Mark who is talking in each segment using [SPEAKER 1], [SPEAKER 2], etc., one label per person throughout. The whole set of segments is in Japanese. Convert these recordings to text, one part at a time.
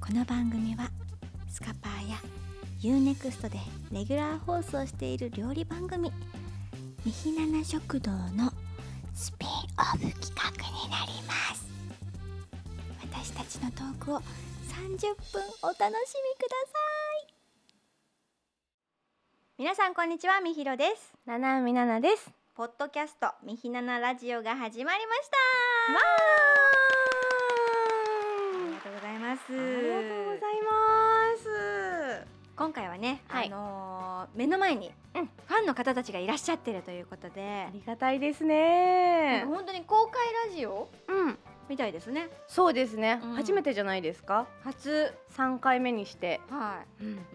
[SPEAKER 1] この番組はスカパーや UNEXT でレギュラー放送している料理番組「みひなな食堂」のスピンオフ企画になります私たちのトークを30分お楽しみください皆さんこんにちはみひろです
[SPEAKER 2] ななみななです。
[SPEAKER 1] ポッドキャスト「みひななラジオ」が始まりました
[SPEAKER 2] わ
[SPEAKER 1] ありがとうございます
[SPEAKER 2] ありがとうございます。
[SPEAKER 1] 今回はね、
[SPEAKER 2] はい
[SPEAKER 1] あのー目の前にフ
[SPEAKER 2] うん
[SPEAKER 1] ァンの方たちがいらっしゃってるということで
[SPEAKER 2] あ、りがたいです
[SPEAKER 1] なん
[SPEAKER 2] ね
[SPEAKER 1] か。本当に公開ラジオ
[SPEAKER 2] うん、
[SPEAKER 1] みたいですね
[SPEAKER 2] そうですね、
[SPEAKER 1] うん
[SPEAKER 2] 初めてじゃないですか。
[SPEAKER 1] 初
[SPEAKER 2] 三回目にして。
[SPEAKER 1] はいうん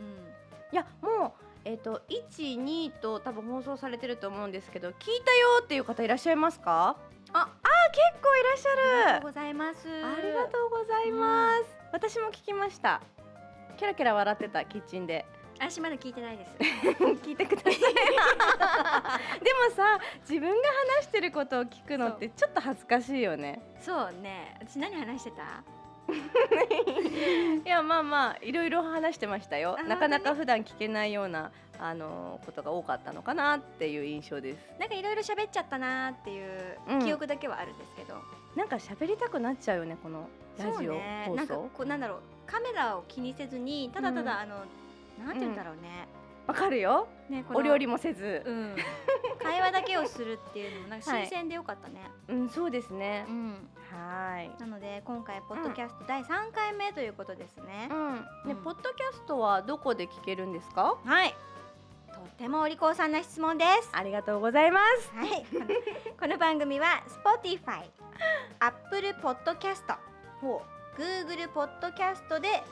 [SPEAKER 2] や、もう。えっと1、2と多分放送されてると思うんですけど聞いたよっていう方いらっしゃいますか
[SPEAKER 1] あ
[SPEAKER 2] あー結構いらっし
[SPEAKER 1] ありが
[SPEAKER 2] ゃ
[SPEAKER 1] とう
[SPEAKER 2] る
[SPEAKER 1] ございます
[SPEAKER 2] ありがとうございます、私も聞きましたキラキラ笑ってたキッチンで
[SPEAKER 1] 私まだ聞いてないです
[SPEAKER 2] 聞いてくださいでもさ自分が話してることを聞くのってちょっと恥ずかしいよね
[SPEAKER 1] そうね私何話してた
[SPEAKER 2] いやまあまあいろいろ話してましたよ
[SPEAKER 1] あ
[SPEAKER 2] なかなか普段聞けないようなあのことが多かったのかなっていう印象です
[SPEAKER 1] なんかいろいろ喋っちゃったなーっていう
[SPEAKER 2] うん
[SPEAKER 1] 記憶だけはあるんですけど、
[SPEAKER 2] なんか喋りたくなっちゃうよねこのラ
[SPEAKER 1] そう
[SPEAKER 2] ジオ
[SPEAKER 1] ね
[SPEAKER 2] 放
[SPEAKER 1] なんか
[SPEAKER 2] 送
[SPEAKER 1] こうなんだろうカメラを気にせずにただただ、
[SPEAKER 2] うん
[SPEAKER 1] あのなんて言うんだろうね、
[SPEAKER 2] わかるよ
[SPEAKER 1] ねこの
[SPEAKER 2] お料理もせず
[SPEAKER 1] う、ん会話だけをするっていうのもなんか新鮮でよかったね、
[SPEAKER 2] うん、そうですね
[SPEAKER 1] うん
[SPEAKER 2] はい
[SPEAKER 1] なので今回ポッドキャスト第三回目ということですね
[SPEAKER 2] う、ん、ね、
[SPEAKER 1] うん
[SPEAKER 2] ポッドキャストはどこで聞けるんですか
[SPEAKER 1] はいとってもお利口さんな質問です
[SPEAKER 2] ありがとうございます
[SPEAKER 1] はいこの この番組は Spotify、Apple Podcast、Google Podcast で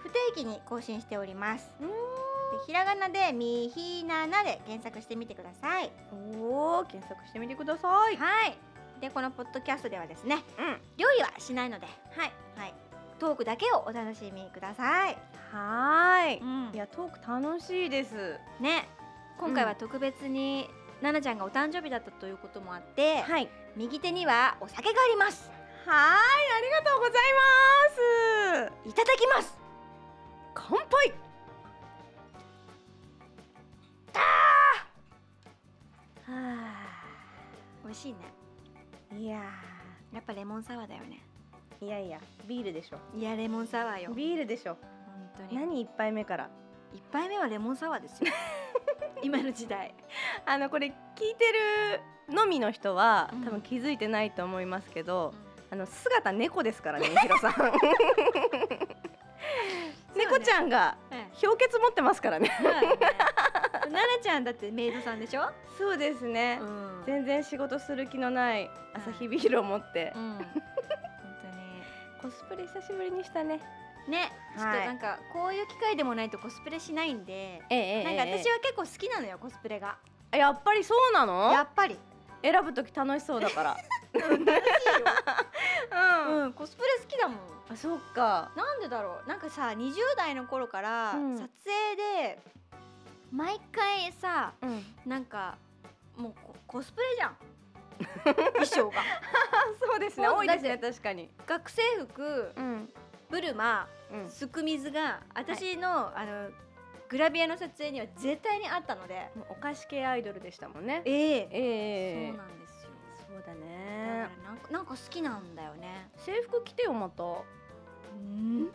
[SPEAKER 1] 不定期に更新しております
[SPEAKER 2] うーん
[SPEAKER 1] でひらがなでみひななで検索してみてください
[SPEAKER 2] おお検索してみてください。
[SPEAKER 1] はいでこのポッドキャストではですね
[SPEAKER 2] うん、
[SPEAKER 1] 料理はしないのではい、はい、トークだけをお楽しみください、
[SPEAKER 2] はーい。
[SPEAKER 1] ん
[SPEAKER 2] いやトーク楽しいです。
[SPEAKER 1] ね今回
[SPEAKER 2] う
[SPEAKER 1] は
[SPEAKER 2] ん
[SPEAKER 1] 特別に、ななちゃんがお誕生日だったということもあって、
[SPEAKER 2] はい。
[SPEAKER 1] 右手にはお酒があります
[SPEAKER 2] はーい、ありがとうございます。
[SPEAKER 1] いただきます
[SPEAKER 2] 乾杯。
[SPEAKER 1] は美味しいね
[SPEAKER 2] いや
[SPEAKER 1] やっぱレモンサワーだよね
[SPEAKER 2] ー、いやいや、ビールでしょ。
[SPEAKER 1] いやレモンサワーよ
[SPEAKER 2] ビールでしょ。
[SPEAKER 1] 本当に
[SPEAKER 2] 何一杯目から。
[SPEAKER 1] 一杯目はレモンサワー ですよ今の時代
[SPEAKER 2] あのこれ聞いてるのみの人は、
[SPEAKER 1] うん
[SPEAKER 2] 多分気づいてないと思いますけど、あの姿猫です からね、ヒロさん。猫ちゃんが
[SPEAKER 1] はい
[SPEAKER 2] 氷結持ってますからね。
[SPEAKER 1] そうだよね奈々ちゃんだってメイドさんでしょ
[SPEAKER 2] そうですね。
[SPEAKER 1] ん
[SPEAKER 2] 全然仕事する気のない朝日ビールを持って
[SPEAKER 1] う、ん本
[SPEAKER 2] コスプレ久しぶりにしたね
[SPEAKER 1] 当にね、
[SPEAKER 2] は
[SPEAKER 1] ちょっと
[SPEAKER 2] い
[SPEAKER 1] なんかこういう機会でもないとコスプレしないんで
[SPEAKER 2] ええ
[SPEAKER 1] なんか私は結構好きなのよコスプレが
[SPEAKER 2] はやっぱりそうなの
[SPEAKER 1] やっぱり
[SPEAKER 2] 選ぶ時楽 しそうだからう
[SPEAKER 1] うんコスプレ好きだもん
[SPEAKER 2] あそっか
[SPEAKER 1] なんでだろうなんかさ20代の頃から
[SPEAKER 2] うん
[SPEAKER 1] 撮影で毎回さ
[SPEAKER 2] うん
[SPEAKER 1] なんかもうココスプレじゃ ん衣装が
[SPEAKER 2] あそうですね
[SPEAKER 1] そう
[SPEAKER 2] 多いです
[SPEAKER 1] だ
[SPEAKER 2] ね
[SPEAKER 1] っ
[SPEAKER 2] 確かに
[SPEAKER 1] 学生服
[SPEAKER 2] うん
[SPEAKER 1] ブルマ
[SPEAKER 2] うん
[SPEAKER 1] すくみずが私の,、あのグラビアの撮影には絶対にあったので
[SPEAKER 2] お菓子系アイドルでしたもんね
[SPEAKER 1] え
[SPEAKER 2] え
[SPEAKER 1] え
[SPEAKER 2] え
[SPEAKER 1] そうなんですよ
[SPEAKER 2] そうだ
[SPEAKER 1] だから
[SPEAKER 2] ね
[SPEAKER 1] なんかなんか好きなんだよね
[SPEAKER 2] 制服着てよまた
[SPEAKER 1] うん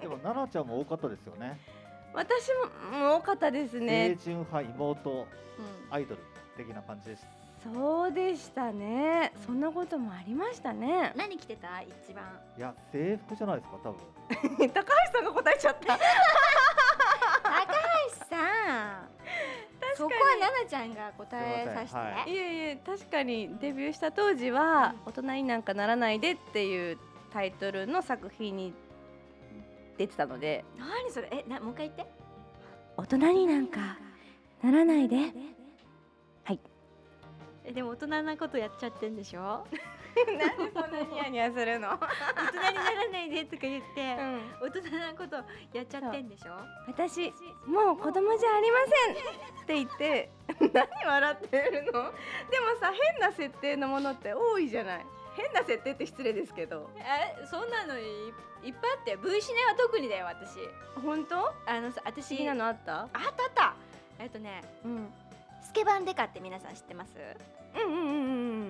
[SPEAKER 3] でも奈々ちゃんも多かったですよね。
[SPEAKER 2] 私もうん多かったですね
[SPEAKER 3] 青春派妹アイドル的な感じでした。
[SPEAKER 2] そうでしたね
[SPEAKER 1] うん
[SPEAKER 2] そんなこともありましたね
[SPEAKER 1] 何着てた一番
[SPEAKER 3] いや制服じゃないですか多 分。
[SPEAKER 2] 高橋さんが答えちゃった
[SPEAKER 1] 高橋さんそこは奈々ちゃんが答えさせて、
[SPEAKER 3] すいませんはい
[SPEAKER 2] えいえ確かにデビューした当時は「大人になんかならないで」っていうタイトルの作品に出てたので
[SPEAKER 1] 何それえなもう一回言って
[SPEAKER 2] 「大人になんかならないで」はい
[SPEAKER 1] えでも大人なことやっちゃってんでし ょ
[SPEAKER 2] なんでそんなニヤニヤするの、
[SPEAKER 1] 大人にならないでとか言って
[SPEAKER 2] うん、
[SPEAKER 1] 大人なことやっちゃってんでしょ
[SPEAKER 2] 私もう子供じゃありませんって言って何笑ってるのでもさ変な設定のものって多いじゃない変な設定って失礼ですけど
[SPEAKER 1] えそんなのいいっぱいあって V シネは特にだよ私
[SPEAKER 2] 本当
[SPEAKER 1] あのさ私
[SPEAKER 2] 不思議なのあった
[SPEAKER 1] あったあったえっとね
[SPEAKER 2] うん
[SPEAKER 1] スケバンデカって皆さん知ってます
[SPEAKER 2] うんうんうんうんう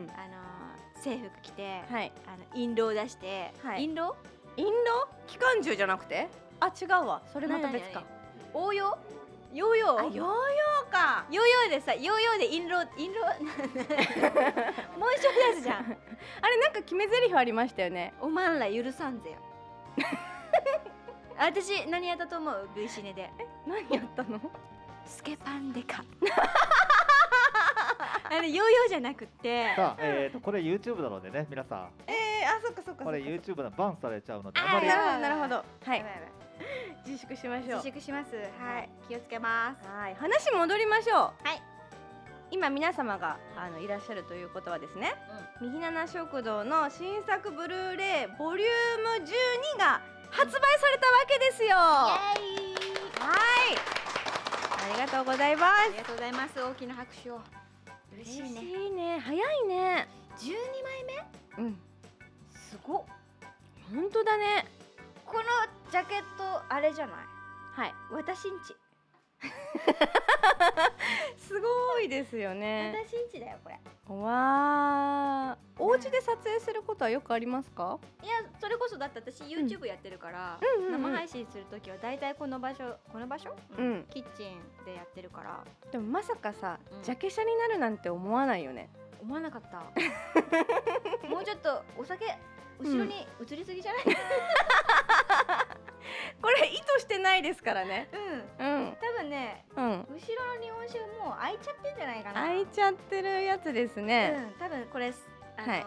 [SPEAKER 2] ん
[SPEAKER 1] あの制服着て、
[SPEAKER 2] はい
[SPEAKER 1] あの印籠出して、
[SPEAKER 2] はい
[SPEAKER 1] 印籠
[SPEAKER 2] 印籠機関銃じゃなくてあ違うわそれまた別か
[SPEAKER 1] 応用ヨーヨ
[SPEAKER 2] あヨ
[SPEAKER 1] ー
[SPEAKER 2] ーヨーか
[SPEAKER 1] ヨーヨーでさヨーヨーで印籠印籠 もう一緒のやつじゃん
[SPEAKER 2] あれなんか決め台詞ありましたよね
[SPEAKER 1] おまんら許さんぜよ 私何やったと思う V シネで
[SPEAKER 2] 何やったの
[SPEAKER 1] スケパンデカ あれヨーヨーじゃなくって
[SPEAKER 3] さあ、えー、とこれ YouTube なのでね皆さん
[SPEAKER 2] ええあそっかそっか
[SPEAKER 3] これ YouTube なバンされちゃうので
[SPEAKER 1] あー
[SPEAKER 3] あまり
[SPEAKER 1] なる
[SPEAKER 2] なるほどなるほどは
[SPEAKER 1] はい
[SPEAKER 2] い自粛しましょう
[SPEAKER 1] 自粛します
[SPEAKER 2] は
[SPEAKER 1] はいい気をつけます
[SPEAKER 2] はい話戻りましょう
[SPEAKER 1] はい
[SPEAKER 2] 今皆様があのいらっしゃるということはですね、みひなな食堂の新作ブルーレイボリューム12が発売されたわけですよ、は
[SPEAKER 1] イエーイ
[SPEAKER 2] いありがとうございま
[SPEAKER 1] ありがとうございます大きな拍手を嬉
[SPEAKER 2] す
[SPEAKER 1] しいね
[SPEAKER 2] いね早いね
[SPEAKER 1] 12枚目
[SPEAKER 2] うん
[SPEAKER 1] すごっ
[SPEAKER 2] 本当だね
[SPEAKER 1] このジャケットあれじゃない
[SPEAKER 2] はい
[SPEAKER 1] 私んち
[SPEAKER 2] すごいですよね
[SPEAKER 1] 私んちだよこれ
[SPEAKER 2] わーお家で撮影することはよくありますか
[SPEAKER 1] いやそれこそだって私 YouTube やってるから、
[SPEAKER 2] うんうんうん
[SPEAKER 1] 生配信するときは大体この場所この場所、
[SPEAKER 2] うん
[SPEAKER 1] キッチンでやってるから
[SPEAKER 2] でもまさかさ、
[SPEAKER 1] うん
[SPEAKER 2] ジャケ写になるなんて思わないよね
[SPEAKER 1] 思わなか ったもうちょっとお酒後ろに移りすぎじゃない、
[SPEAKER 2] これ意図してないですからね
[SPEAKER 1] うん、
[SPEAKER 2] うん
[SPEAKER 1] 多分ね
[SPEAKER 2] うん
[SPEAKER 1] 後ろの日本酒もう開いちゃってんじゃないかな
[SPEAKER 2] 開いちゃってるやつですね、
[SPEAKER 1] うん多分これあの、
[SPEAKER 2] はい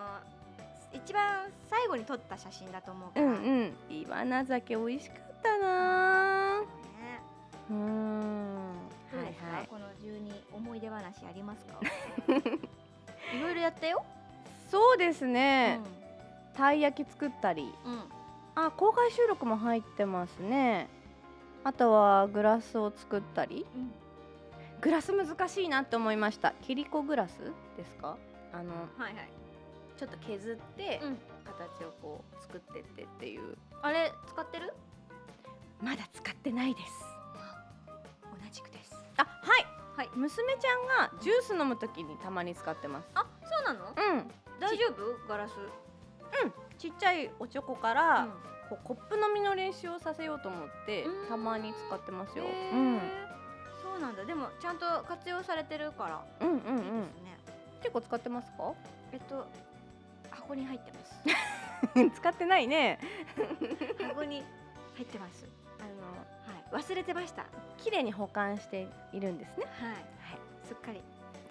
[SPEAKER 1] 一番最後に撮った写真だと思うか
[SPEAKER 2] う
[SPEAKER 1] ら、
[SPEAKER 2] ん、うん岩名酒美味しかったな
[SPEAKER 1] ね
[SPEAKER 2] ーうーんは
[SPEAKER 1] どうですか、
[SPEAKER 2] いはい
[SPEAKER 1] この十二思い出話あります かいろいろやったよ、
[SPEAKER 2] そうですね、たい焼き作ったり
[SPEAKER 1] うんうん
[SPEAKER 2] あ公開収録も入ってますねあとはグラスを作ったり
[SPEAKER 1] うん
[SPEAKER 2] グラス難しいなって思いましたキリコグラスですかあの
[SPEAKER 1] はいはい
[SPEAKER 2] ちょっと削って、
[SPEAKER 1] うん
[SPEAKER 2] 形をこう作ってってっていう
[SPEAKER 1] あれ使ってる
[SPEAKER 2] まだ使ってないです
[SPEAKER 1] 同じくです
[SPEAKER 2] あはい、
[SPEAKER 1] はい
[SPEAKER 2] 娘ちゃんがジュース飲むときにたまに使ってます
[SPEAKER 1] あそうなの
[SPEAKER 2] うん
[SPEAKER 1] 大丈夫ガラス
[SPEAKER 2] ちっちゃいおちょこから、こうコップ飲みの練習をさせようと思って
[SPEAKER 1] うん
[SPEAKER 2] たまに使ってます
[SPEAKER 1] うん、
[SPEAKER 2] よ、
[SPEAKER 1] へ
[SPEAKER 2] う
[SPEAKER 1] ー
[SPEAKER 2] ん、
[SPEAKER 1] そうなんだでもちゃんと活用されてるから
[SPEAKER 2] うんうんうん
[SPEAKER 1] いいですね、
[SPEAKER 2] 結構使ってますか
[SPEAKER 1] えっと箱に入ってます
[SPEAKER 2] 使ってないね
[SPEAKER 1] 箱に入ってます。
[SPEAKER 2] あの
[SPEAKER 1] はい、忘れてました。は
[SPEAKER 2] 綺麗に保管しているんですね
[SPEAKER 1] い、はい、すっかり、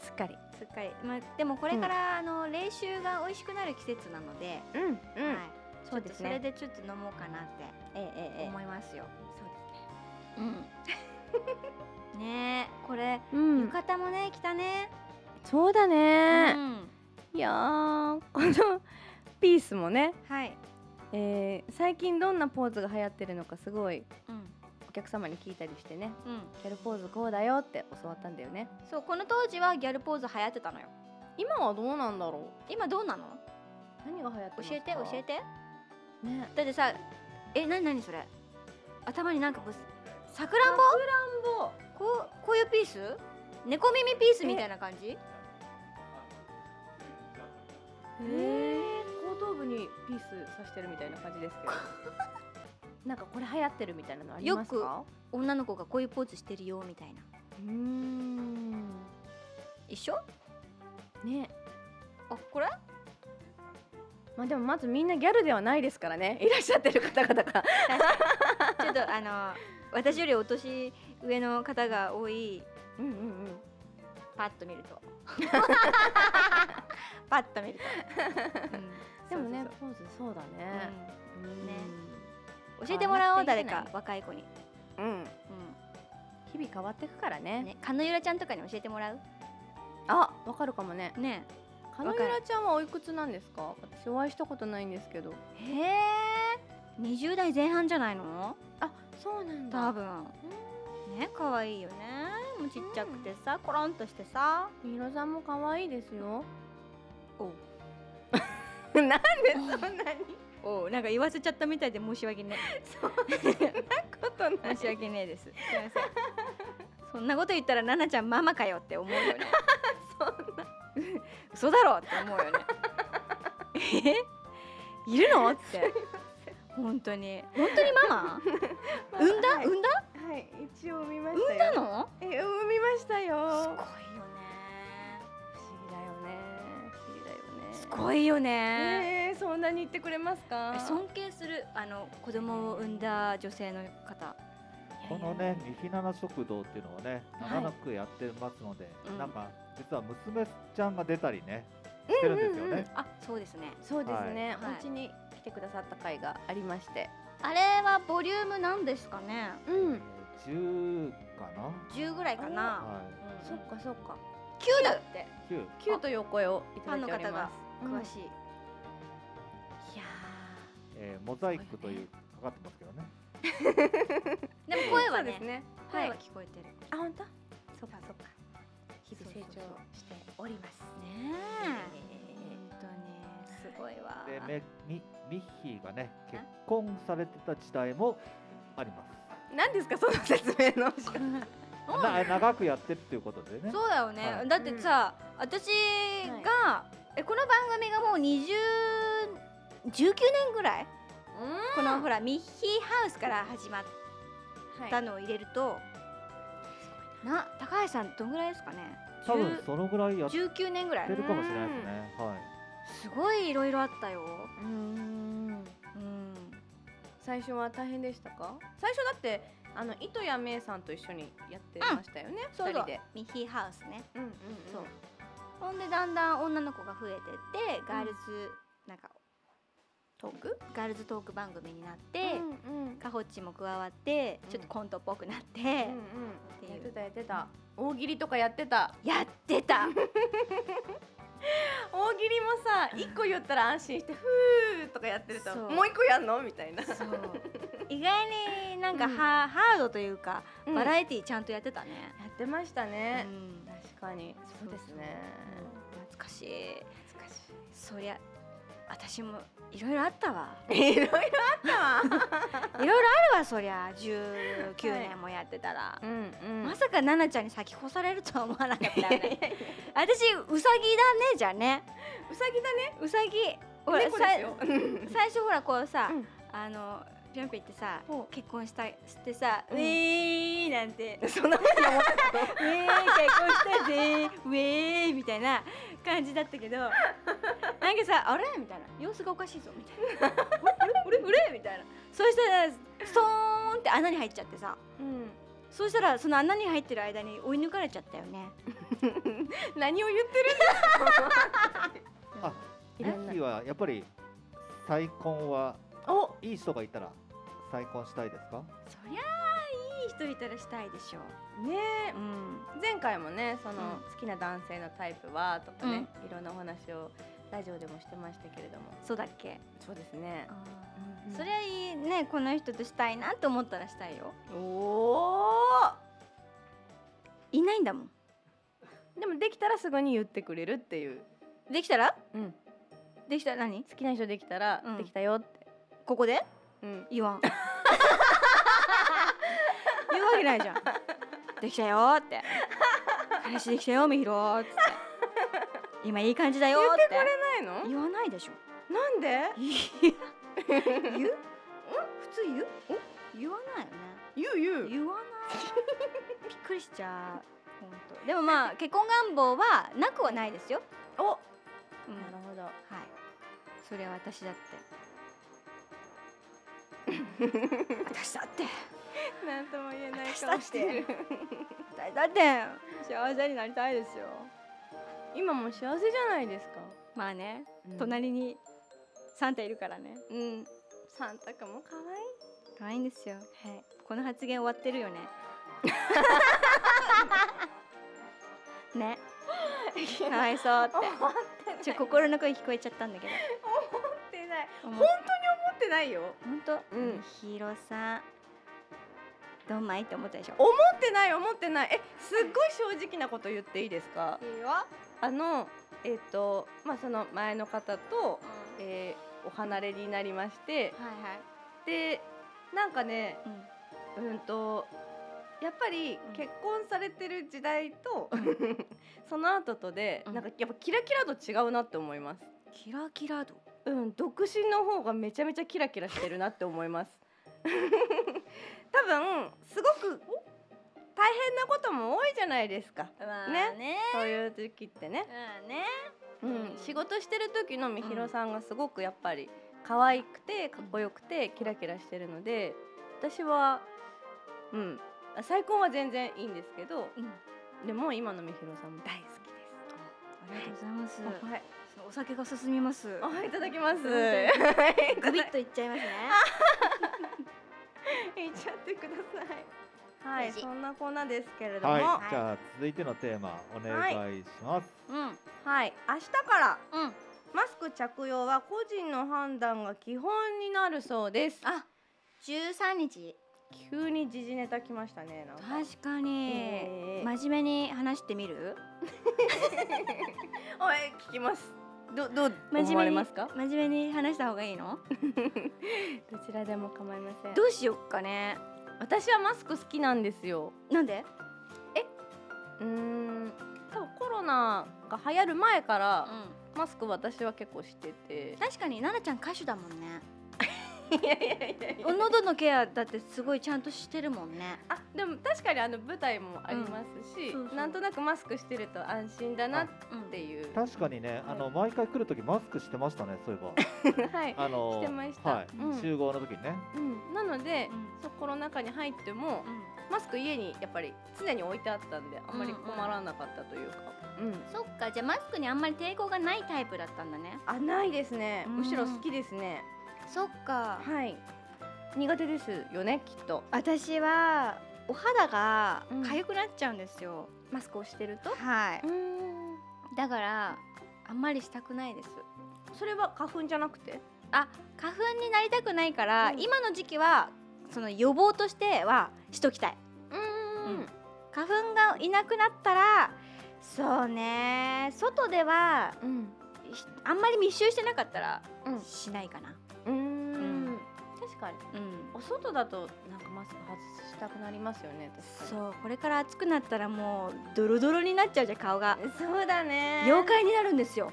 [SPEAKER 2] すっかり
[SPEAKER 1] すっかり、まあ、でもこれから、あの練習が美味しくなる季節なので。
[SPEAKER 2] うんうん、
[SPEAKER 1] はい、
[SPEAKER 2] そうです
[SPEAKER 1] ちょっとそ
[SPEAKER 2] ね
[SPEAKER 1] れでちょっと飲もうかなって
[SPEAKER 2] えええええ
[SPEAKER 1] 思いますよ。そう ですね。うん。ねえ、これ、
[SPEAKER 2] えうん
[SPEAKER 1] 浴衣もね、着たね。
[SPEAKER 2] そうだ
[SPEAKER 1] う
[SPEAKER 2] ね、
[SPEAKER 1] ん。
[SPEAKER 2] いやーこのピースもね、
[SPEAKER 1] はい。
[SPEAKER 2] えー最近どんなポーズが流行ってるのかすごい
[SPEAKER 1] うん。
[SPEAKER 2] お客様に聞いたりしてね
[SPEAKER 1] うん。
[SPEAKER 2] ギャルポーズこうだよって教わったんだよね
[SPEAKER 1] そう、この当時はギャルポーズ流行ってたのよ。
[SPEAKER 2] 今はどうなんだろ
[SPEAKER 1] 今どうなの。
[SPEAKER 2] う何が流行ってます
[SPEAKER 1] 教えて、教えて。
[SPEAKER 2] てね
[SPEAKER 1] だってさ、え、なになにそれ。頭になんかぶす。さくらんぼ。こう、こういうピース。猫耳ピースみたいな感じ。
[SPEAKER 2] へえ後頭部にピースさしてるみたいな感じですけど なんかこれ流行ってるみたいなのありますか
[SPEAKER 1] よ女の子がこういうポーズしてるよみたいな。
[SPEAKER 2] うーん
[SPEAKER 1] 一緒。
[SPEAKER 2] ね
[SPEAKER 1] あ、これ。
[SPEAKER 2] まあでもまずみんなギャルではないですから ねいらっしゃってる方々が
[SPEAKER 1] ちょっと、あの。私よりお年上の方が多い。
[SPEAKER 2] うんうんうん
[SPEAKER 1] パッと見る と。パッと見ると。うん
[SPEAKER 2] でも
[SPEAKER 1] そ
[SPEAKER 2] ね
[SPEAKER 1] うそう
[SPEAKER 2] ポーズそうだ
[SPEAKER 1] そう
[SPEAKER 2] ね、うん
[SPEAKER 1] ねうん教えてもらおう、誰か、若い子に。
[SPEAKER 2] うん
[SPEAKER 1] う
[SPEAKER 2] 日々変わってくからね
[SPEAKER 1] ん。ね、かのゆらちゃんとかに教えてもらう。
[SPEAKER 2] あわかるかもね
[SPEAKER 1] ね。
[SPEAKER 2] カノユラちゃんはおいくつなんですか私お会いしたことないんですけど
[SPEAKER 1] へえ20代前半じゃないの
[SPEAKER 2] あそうなん
[SPEAKER 1] 多分ね可愛いよねもうちっちゃくてさコロンとしてさ
[SPEAKER 2] みひろさんも可愛いですよ
[SPEAKER 1] お
[SPEAKER 2] なんでそんなに
[SPEAKER 1] おうなんか言わせちゃったみたいで申し訳ね
[SPEAKER 2] そんなことな
[SPEAKER 1] 申
[SPEAKER 2] い
[SPEAKER 1] し訳ねえですすいませんそんなこと言ったら奈々ちゃんママかよって思うよね
[SPEAKER 2] そん
[SPEAKER 1] 嘘だろって思うよねえいるのって本当に本当にママ 産ん だ
[SPEAKER 2] はい
[SPEAKER 1] 産んだ
[SPEAKER 2] はい一応見ました
[SPEAKER 1] 産
[SPEAKER 2] よ
[SPEAKER 1] んだの
[SPEAKER 2] え産みました
[SPEAKER 1] すご
[SPEAKER 2] よ
[SPEAKER 1] いよね
[SPEAKER 2] 不思議だよね不思議だよね
[SPEAKER 1] すごいよね、
[SPEAKER 2] えー、そんなに言ってくれますか
[SPEAKER 1] 尊敬するあの子供を産んだ女性の方
[SPEAKER 3] このね、みひなな食堂っていうのをね、
[SPEAKER 1] はい
[SPEAKER 3] 長らくやってますので、
[SPEAKER 1] うん
[SPEAKER 3] なんか、実は娘ちゃんが出たりね、してるんですよね。
[SPEAKER 2] うんうん
[SPEAKER 1] あそうですね
[SPEAKER 2] そうですね、
[SPEAKER 1] はい
[SPEAKER 2] お家に来てくださった回がありまして
[SPEAKER 1] あれはボリュームなんですかね
[SPEAKER 2] うん
[SPEAKER 3] 10かな、
[SPEAKER 1] 10ぐらいかな、
[SPEAKER 3] は
[SPEAKER 1] うん
[SPEAKER 2] そっかそっか
[SPEAKER 1] 9だって
[SPEAKER 3] い、9。
[SPEAKER 2] キューというお声をい
[SPEAKER 1] ファ
[SPEAKER 2] ただ
[SPEAKER 1] ン
[SPEAKER 2] い
[SPEAKER 1] の
[SPEAKER 2] ており
[SPEAKER 1] 方が
[SPEAKER 2] ま
[SPEAKER 1] 詳
[SPEAKER 2] す
[SPEAKER 1] しい、
[SPEAKER 2] いや
[SPEAKER 3] えーモザイクという、かかってますけどね。
[SPEAKER 1] でも声はね
[SPEAKER 2] ーそうですね
[SPEAKER 1] 声
[SPEAKER 2] はい
[SPEAKER 1] は聞こえてる、
[SPEAKER 2] あ本当そっかそっか日々成長
[SPEAKER 1] そうそう
[SPEAKER 2] しております
[SPEAKER 1] ねえ
[SPEAKER 2] え
[SPEAKER 1] 本当にすごいわ
[SPEAKER 3] で、め、み、みひがね、結婚されてた時代もあります。
[SPEAKER 2] ー何ですかその説明の仕方
[SPEAKER 1] そう
[SPEAKER 3] な長くやってるっていうことで ね。
[SPEAKER 1] そうだよね、
[SPEAKER 3] はい
[SPEAKER 1] だってさ、私が、えこの番組がもう2019年ぐらい、このほらミッヒーハウスから始まっ
[SPEAKER 2] は
[SPEAKER 1] たのを入れると、な高橋さんどんぐらいですかね
[SPEAKER 3] 多分そのぐらいやって
[SPEAKER 1] 10 19年ぐらい
[SPEAKER 3] るかもしれないですね。はい。
[SPEAKER 1] すごいいろいろあったよ
[SPEAKER 2] うーん
[SPEAKER 1] うん
[SPEAKER 2] 最初は大変でしたか最初だってあの糸谷芽衣さんと一緒にやってましたよね、
[SPEAKER 1] そ
[SPEAKER 2] 二
[SPEAKER 1] うそ
[SPEAKER 2] 人
[SPEAKER 1] う
[SPEAKER 2] で
[SPEAKER 1] ミッヒーハウスね
[SPEAKER 2] うんうんうん
[SPEAKER 1] そうほんでだんだん女の子が増えてってガールズ、なんか
[SPEAKER 2] トーク
[SPEAKER 1] ガールズトーク番組になって、
[SPEAKER 2] うんうん
[SPEAKER 1] カホッチも加わってちょっとコントっぽくなって、
[SPEAKER 2] うんうん、やってたやってた大喜利とかやってた
[SPEAKER 1] やってた
[SPEAKER 2] 大喜利もさ一個言ったら安心してふーとかやってると
[SPEAKER 1] そう
[SPEAKER 2] もう一個やんのみたいな
[SPEAKER 1] そう 意外になんか
[SPEAKER 2] うん
[SPEAKER 1] ハ,、ハードというかバラ
[SPEAKER 2] エ
[SPEAKER 1] エティーちゃんとやってたね、
[SPEAKER 2] やってました
[SPEAKER 1] うん
[SPEAKER 2] ね、確かにそうですね
[SPEAKER 1] そう懐かしい
[SPEAKER 2] 懐かし
[SPEAKER 1] そりゃ私もいろいろあったわ
[SPEAKER 2] いいろいろあったわ
[SPEAKER 1] いろいろあるわそりゃ19年もやってたら、
[SPEAKER 2] うんうん
[SPEAKER 1] まさか奈々ちゃんに先越されるとは思わな かったよね私うさぎだねじゃあね
[SPEAKER 2] うさぎだね
[SPEAKER 1] うさぎほら
[SPEAKER 2] 猫 です
[SPEAKER 1] さ
[SPEAKER 2] よ
[SPEAKER 1] 最初ほらこうさ、
[SPEAKER 2] うん
[SPEAKER 1] あのぴょんぴょんってさ
[SPEAKER 2] ほ
[SPEAKER 1] 結婚したしてさ、
[SPEAKER 2] うん
[SPEAKER 1] ウェーイなんてウェーイ結
[SPEAKER 2] そんなふうに思ってたの
[SPEAKER 1] 婚したぜウェーイみたいな感じだったけどなんかさあれみたいな様子がおかしいぞみたいなあれあれあれみたいなそうしたらストーンって穴に入っちゃってさ
[SPEAKER 2] うん
[SPEAKER 1] そうしたらその穴に入ってる間に追い抜かれちゃったよね
[SPEAKER 2] 何を言ってる
[SPEAKER 3] あ、ミ
[SPEAKER 2] いろんな
[SPEAKER 3] ッヒはやっぱり再婚は
[SPEAKER 2] お
[SPEAKER 3] いい人がいたら再婚したいですか？
[SPEAKER 1] そりゃあいい人いたらしたいでしょ
[SPEAKER 2] ねえ
[SPEAKER 1] う、うん、
[SPEAKER 2] 前回もねその、
[SPEAKER 1] うん
[SPEAKER 2] 好きな男性のタイプはとかね、いろんなお話をラジオでもしてましたけれども
[SPEAKER 1] そうだっけ、
[SPEAKER 2] そうですね、
[SPEAKER 1] それはいいねこの人としたいなって思ったらしたいよ
[SPEAKER 2] おお
[SPEAKER 1] いないんだもん
[SPEAKER 2] でもできたらすぐに言ってくれるっていう、
[SPEAKER 1] できたら
[SPEAKER 2] うん、
[SPEAKER 1] できたら何
[SPEAKER 2] 好きな人できたら、
[SPEAKER 1] うん
[SPEAKER 2] できたよって、
[SPEAKER 1] ここで
[SPEAKER 2] うん、
[SPEAKER 1] 言わん 言うわけないじゃんできたよーって彼氏できたよみひろーっつって今いい感じだよーって
[SPEAKER 2] ないの
[SPEAKER 1] 言わないでしょ
[SPEAKER 2] なんで
[SPEAKER 1] 言う普通言う言わないよね
[SPEAKER 2] 言う言
[SPEAKER 1] 言わないびっくりしちゃう本当でもまあ結婚願望はなくはないですよ
[SPEAKER 2] お
[SPEAKER 1] うん
[SPEAKER 2] なるほど
[SPEAKER 1] はいそれは私だって 私だって
[SPEAKER 2] なんとも言えない
[SPEAKER 1] 私
[SPEAKER 2] 顔
[SPEAKER 1] だっ
[SPEAKER 2] してる
[SPEAKER 1] て私だって幸せになりたいですよ
[SPEAKER 2] 今もう幸せじゃないですか、
[SPEAKER 1] まあね、
[SPEAKER 2] うん
[SPEAKER 1] 隣にサンタいるからね
[SPEAKER 2] うんサンタかも可愛い
[SPEAKER 1] 可愛いんですよはいこの発言終わってるよ ねねかわいそうって
[SPEAKER 2] 思ってない
[SPEAKER 1] ちょ心の声聞こえちゃったんだけど
[SPEAKER 2] 思ってない
[SPEAKER 1] 思
[SPEAKER 2] ほ
[SPEAKER 1] っ
[SPEAKER 2] ん思ってないよ思
[SPEAKER 1] 本当、
[SPEAKER 2] うん
[SPEAKER 1] ヒロさんどんまいって思ったでしょ
[SPEAKER 2] おってない思ってないえすっごい正直なこと言っていいですか
[SPEAKER 1] いいよ、
[SPEAKER 2] あのえっ、とまあその前の方とえーお離れになりまして
[SPEAKER 1] はいはい
[SPEAKER 2] でなんかね
[SPEAKER 1] うん
[SPEAKER 2] うんとやっぱり
[SPEAKER 1] うん
[SPEAKER 2] 結婚されてる時代と その後とで、
[SPEAKER 1] うん
[SPEAKER 2] なんかやっぱキラキラと違うなって思います。
[SPEAKER 1] キラキラ度
[SPEAKER 2] うん、独身の方がめちゃめちゃキラキラしてるなって思います。 多分すごく大変なことも多いじゃないですか。
[SPEAKER 1] まあ
[SPEAKER 2] ね
[SPEAKER 1] ね
[SPEAKER 2] そういう時ってね、
[SPEAKER 1] うんね
[SPEAKER 2] うん、仕事してる時のみひろさんがすごくやっぱり可愛くてかっこよくてキラキラしてるので私はうん再婚は全然いいんですけど
[SPEAKER 1] うん
[SPEAKER 2] でも今のみひろさんも大好きで
[SPEAKER 1] ありがとうございます
[SPEAKER 2] す。はい、
[SPEAKER 1] そのお酒が進みます
[SPEAKER 2] あいただきます。
[SPEAKER 1] すいませ
[SPEAKER 2] はい
[SPEAKER 1] グビッといっちゃいますね
[SPEAKER 2] いっちゃってください。はい、
[SPEAKER 4] 美味しい
[SPEAKER 2] そんなこんなですけれども、
[SPEAKER 3] はい、
[SPEAKER 2] はい、
[SPEAKER 3] じゃあ続いてのテーマお願いします。
[SPEAKER 1] うん
[SPEAKER 2] 明日から
[SPEAKER 1] うん
[SPEAKER 2] マスク着用は個人の判断が基本になるそうです。
[SPEAKER 1] あ13日
[SPEAKER 2] 急に時事ネタ来ましたね。なんか
[SPEAKER 1] 確かに
[SPEAKER 2] えー
[SPEAKER 1] 真面目に話してみる
[SPEAKER 2] おい聞きます。どどう
[SPEAKER 1] 真面目に
[SPEAKER 2] 思われますか？
[SPEAKER 1] 真面目に話した方がいいの
[SPEAKER 2] どちらでも構いません
[SPEAKER 1] ど。うしよっかね
[SPEAKER 2] 私はマスク好きなんですよ。
[SPEAKER 1] なんで
[SPEAKER 2] うーん。多分コロナが流行る前か
[SPEAKER 1] う
[SPEAKER 2] ら
[SPEAKER 1] ん
[SPEAKER 2] マスク私は結構してて。
[SPEAKER 1] 確かに奈々ちゃん歌手だもんね
[SPEAKER 2] いやいやいやいや
[SPEAKER 1] お喉のケアだってすごいちゃんとしてるもんね
[SPEAKER 2] あでも確かにあの舞台もあります
[SPEAKER 1] う
[SPEAKER 2] し、
[SPEAKER 1] んそうそう
[SPEAKER 2] なんとなくマスクしてると安心だなっ
[SPEAKER 1] うん
[SPEAKER 2] ていう、
[SPEAKER 3] 確かにね、あの毎回来る時マスクしてましたね、そういえ
[SPEAKER 2] はい、
[SPEAKER 3] ば。あの
[SPEAKER 2] してました
[SPEAKER 3] はい、
[SPEAKER 2] うん
[SPEAKER 3] 集合の時にね。
[SPEAKER 2] なので、
[SPEAKER 1] うん
[SPEAKER 2] そうコロナ禍に入っても、
[SPEAKER 1] うん
[SPEAKER 2] マスク家にやっぱり常に置いてあったんであんまり困らなかったというか、うん
[SPEAKER 1] そっかじゃあマスクにあんまり抵抗がないタイプだったんだね
[SPEAKER 2] あないですね
[SPEAKER 1] うん
[SPEAKER 2] むしろ好きですね、
[SPEAKER 1] そっか
[SPEAKER 2] はい苦手ですよねきっと
[SPEAKER 1] 私はお肌が
[SPEAKER 2] うん
[SPEAKER 1] 痒くなっちゃうんですよ、
[SPEAKER 2] マスクをしてると
[SPEAKER 1] はい
[SPEAKER 2] うん
[SPEAKER 1] だからあんまりしたくないです
[SPEAKER 2] それは花粉じゃなくて
[SPEAKER 1] 花粉になりたくないから、
[SPEAKER 2] うん
[SPEAKER 1] 今の時期はその予防としてはしときたい
[SPEAKER 2] うん
[SPEAKER 1] うん花粉がいなくなったらそうね外では
[SPEAKER 2] うん
[SPEAKER 1] ひあんまり密集してなかったら、
[SPEAKER 2] うん
[SPEAKER 1] しないかな
[SPEAKER 2] うん
[SPEAKER 1] うん
[SPEAKER 2] 確かに
[SPEAKER 1] うん
[SPEAKER 2] お外だとなんかマスク外したくなりますよね確かに
[SPEAKER 1] そうこれから暑くなったらもうドロドロになっちゃうじゃん顔が
[SPEAKER 2] そうだね
[SPEAKER 1] 妖怪になるんですよ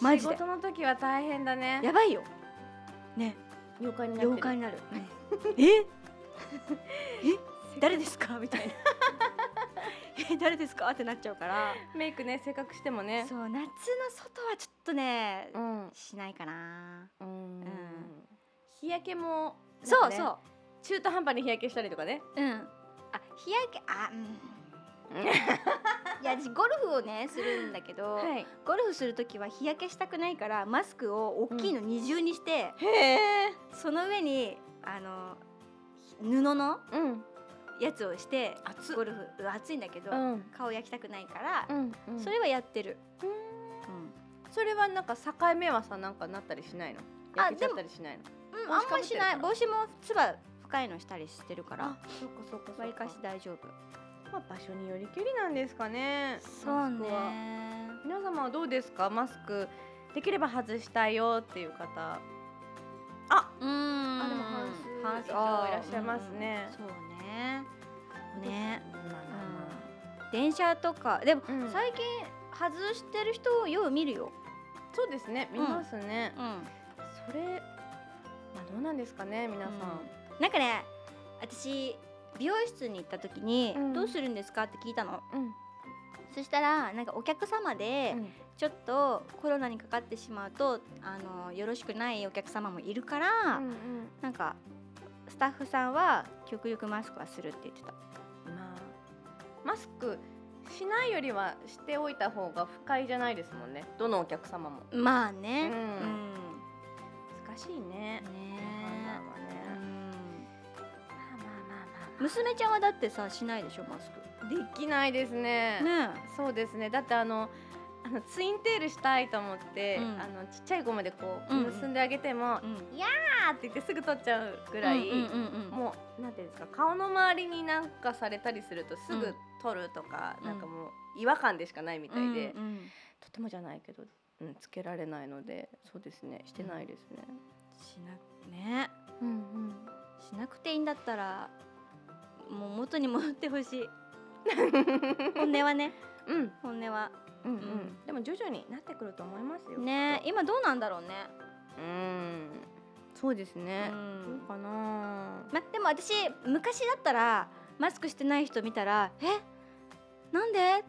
[SPEAKER 1] マジで
[SPEAKER 2] 仕事の時は大変だね
[SPEAKER 1] やばいよね
[SPEAKER 2] 妖怪になってる
[SPEAKER 1] 妖怪になるえ え誰ですかみたいな え誰ですかってなっちゃうから
[SPEAKER 2] メイクねせっかくしてもね
[SPEAKER 1] そう夏の外はちょっとね
[SPEAKER 2] うん
[SPEAKER 1] しないかな
[SPEAKER 2] うん
[SPEAKER 1] ん
[SPEAKER 2] 日焼けも
[SPEAKER 1] そう
[SPEAKER 2] なんかね
[SPEAKER 1] そ
[SPEAKER 2] 中途半端に日焼けしたりとかね
[SPEAKER 1] ううんあ日焼けあうんいや私ゴルフをねするんだけど、
[SPEAKER 2] はい
[SPEAKER 1] ゴルフする時は日焼けしたくないからマスクを大きいの二重にして、
[SPEAKER 2] へえ
[SPEAKER 1] その上にあの布の
[SPEAKER 2] うん
[SPEAKER 1] やつをして
[SPEAKER 2] 暑
[SPEAKER 1] ゴルフうん暑いんだけど、
[SPEAKER 2] うん
[SPEAKER 1] 顔焼きたくないから、
[SPEAKER 2] うん
[SPEAKER 1] そ
[SPEAKER 2] それ
[SPEAKER 1] れはやってる、
[SPEAKER 2] それはなんか境目はさなんかなったりしないの
[SPEAKER 1] あ
[SPEAKER 2] 焼けちゃったりしないの
[SPEAKER 1] うん
[SPEAKER 2] 帽
[SPEAKER 1] あ
[SPEAKER 2] 子
[SPEAKER 1] んま
[SPEAKER 2] かぶ
[SPEAKER 1] り
[SPEAKER 2] って
[SPEAKER 1] し
[SPEAKER 2] るか
[SPEAKER 1] な
[SPEAKER 2] ら
[SPEAKER 1] い帽子もつば深いのしたりしてるから
[SPEAKER 2] そうかそうか
[SPEAKER 1] わりかし大丈夫
[SPEAKER 2] まあ場所によりけりなんですかねマスクは皆様はどうですかマスクできれば外したいよっていう方
[SPEAKER 1] うーん
[SPEAKER 2] あでも半数
[SPEAKER 1] 半数
[SPEAKER 2] 以上いらっしゃいますね
[SPEAKER 1] あーうんそうねね、
[SPEAKER 2] う
[SPEAKER 1] うん、電車とかでも、
[SPEAKER 2] うん
[SPEAKER 1] 最近外してる人をよう見るよ、
[SPEAKER 2] んそうですね見ますね、
[SPEAKER 1] ん、
[SPEAKER 2] それまあどうなんですかね皆さん、
[SPEAKER 1] なんかね私美容室に行った時に、
[SPEAKER 2] うん
[SPEAKER 1] どうするんですかって聞いたの
[SPEAKER 2] うん
[SPEAKER 1] そしたらなんかお客様で、
[SPEAKER 2] うん
[SPEAKER 1] ちょっとコロナにかかってしまうとあのよろしくないお客様もいるから、なんかスタッフさんは極力マスクはするって言ってた
[SPEAKER 2] まあマスクしないよりはしておいた方が不快じゃないですもんねどのお客様も
[SPEAKER 1] まあね
[SPEAKER 2] う
[SPEAKER 1] うんん、
[SPEAKER 2] 難しい
[SPEAKER 1] ね
[SPEAKER 2] ね判断は
[SPEAKER 1] え、
[SPEAKER 2] ね、まあま
[SPEAKER 1] うん娘ちゃんはだってさしないでしょマスク
[SPEAKER 2] あまあまあできないですね
[SPEAKER 1] ね
[SPEAKER 2] そうですねだってあのあのツインテールしたいと思って、
[SPEAKER 1] うん
[SPEAKER 2] あのちっちゃいゴムでこう
[SPEAKER 1] うんうん
[SPEAKER 2] 結んであげても、
[SPEAKER 1] うん
[SPEAKER 2] あーって言ってすぐ取っちゃうぐらい、
[SPEAKER 1] うんうんうんうん
[SPEAKER 2] もうなんていうんですか顔の周りになんかされたりするとす
[SPEAKER 1] う
[SPEAKER 2] ぐ
[SPEAKER 1] ん
[SPEAKER 2] 取るとか、
[SPEAKER 1] うん
[SPEAKER 2] なんかもう違和感でしかないみたいで、
[SPEAKER 1] うんうん
[SPEAKER 2] とてもじゃないけどうん、つけられないのでそうですねしてないですね、
[SPEAKER 1] しなね
[SPEAKER 4] うんうん
[SPEAKER 1] しなくていいんだったらもう元に戻ってほし い本音はね
[SPEAKER 2] うん、
[SPEAKER 1] 本音は
[SPEAKER 2] うんうん
[SPEAKER 1] うん
[SPEAKER 2] でも徐々になってくると思いますよ
[SPEAKER 1] ね
[SPEAKER 2] きっ
[SPEAKER 1] 今どうなんだろうね
[SPEAKER 2] とうんそうですね
[SPEAKER 1] う、
[SPEAKER 2] どうんかな
[SPEAKER 1] ま、でも私昔だったらマスクしてない人見たら「えなんで?」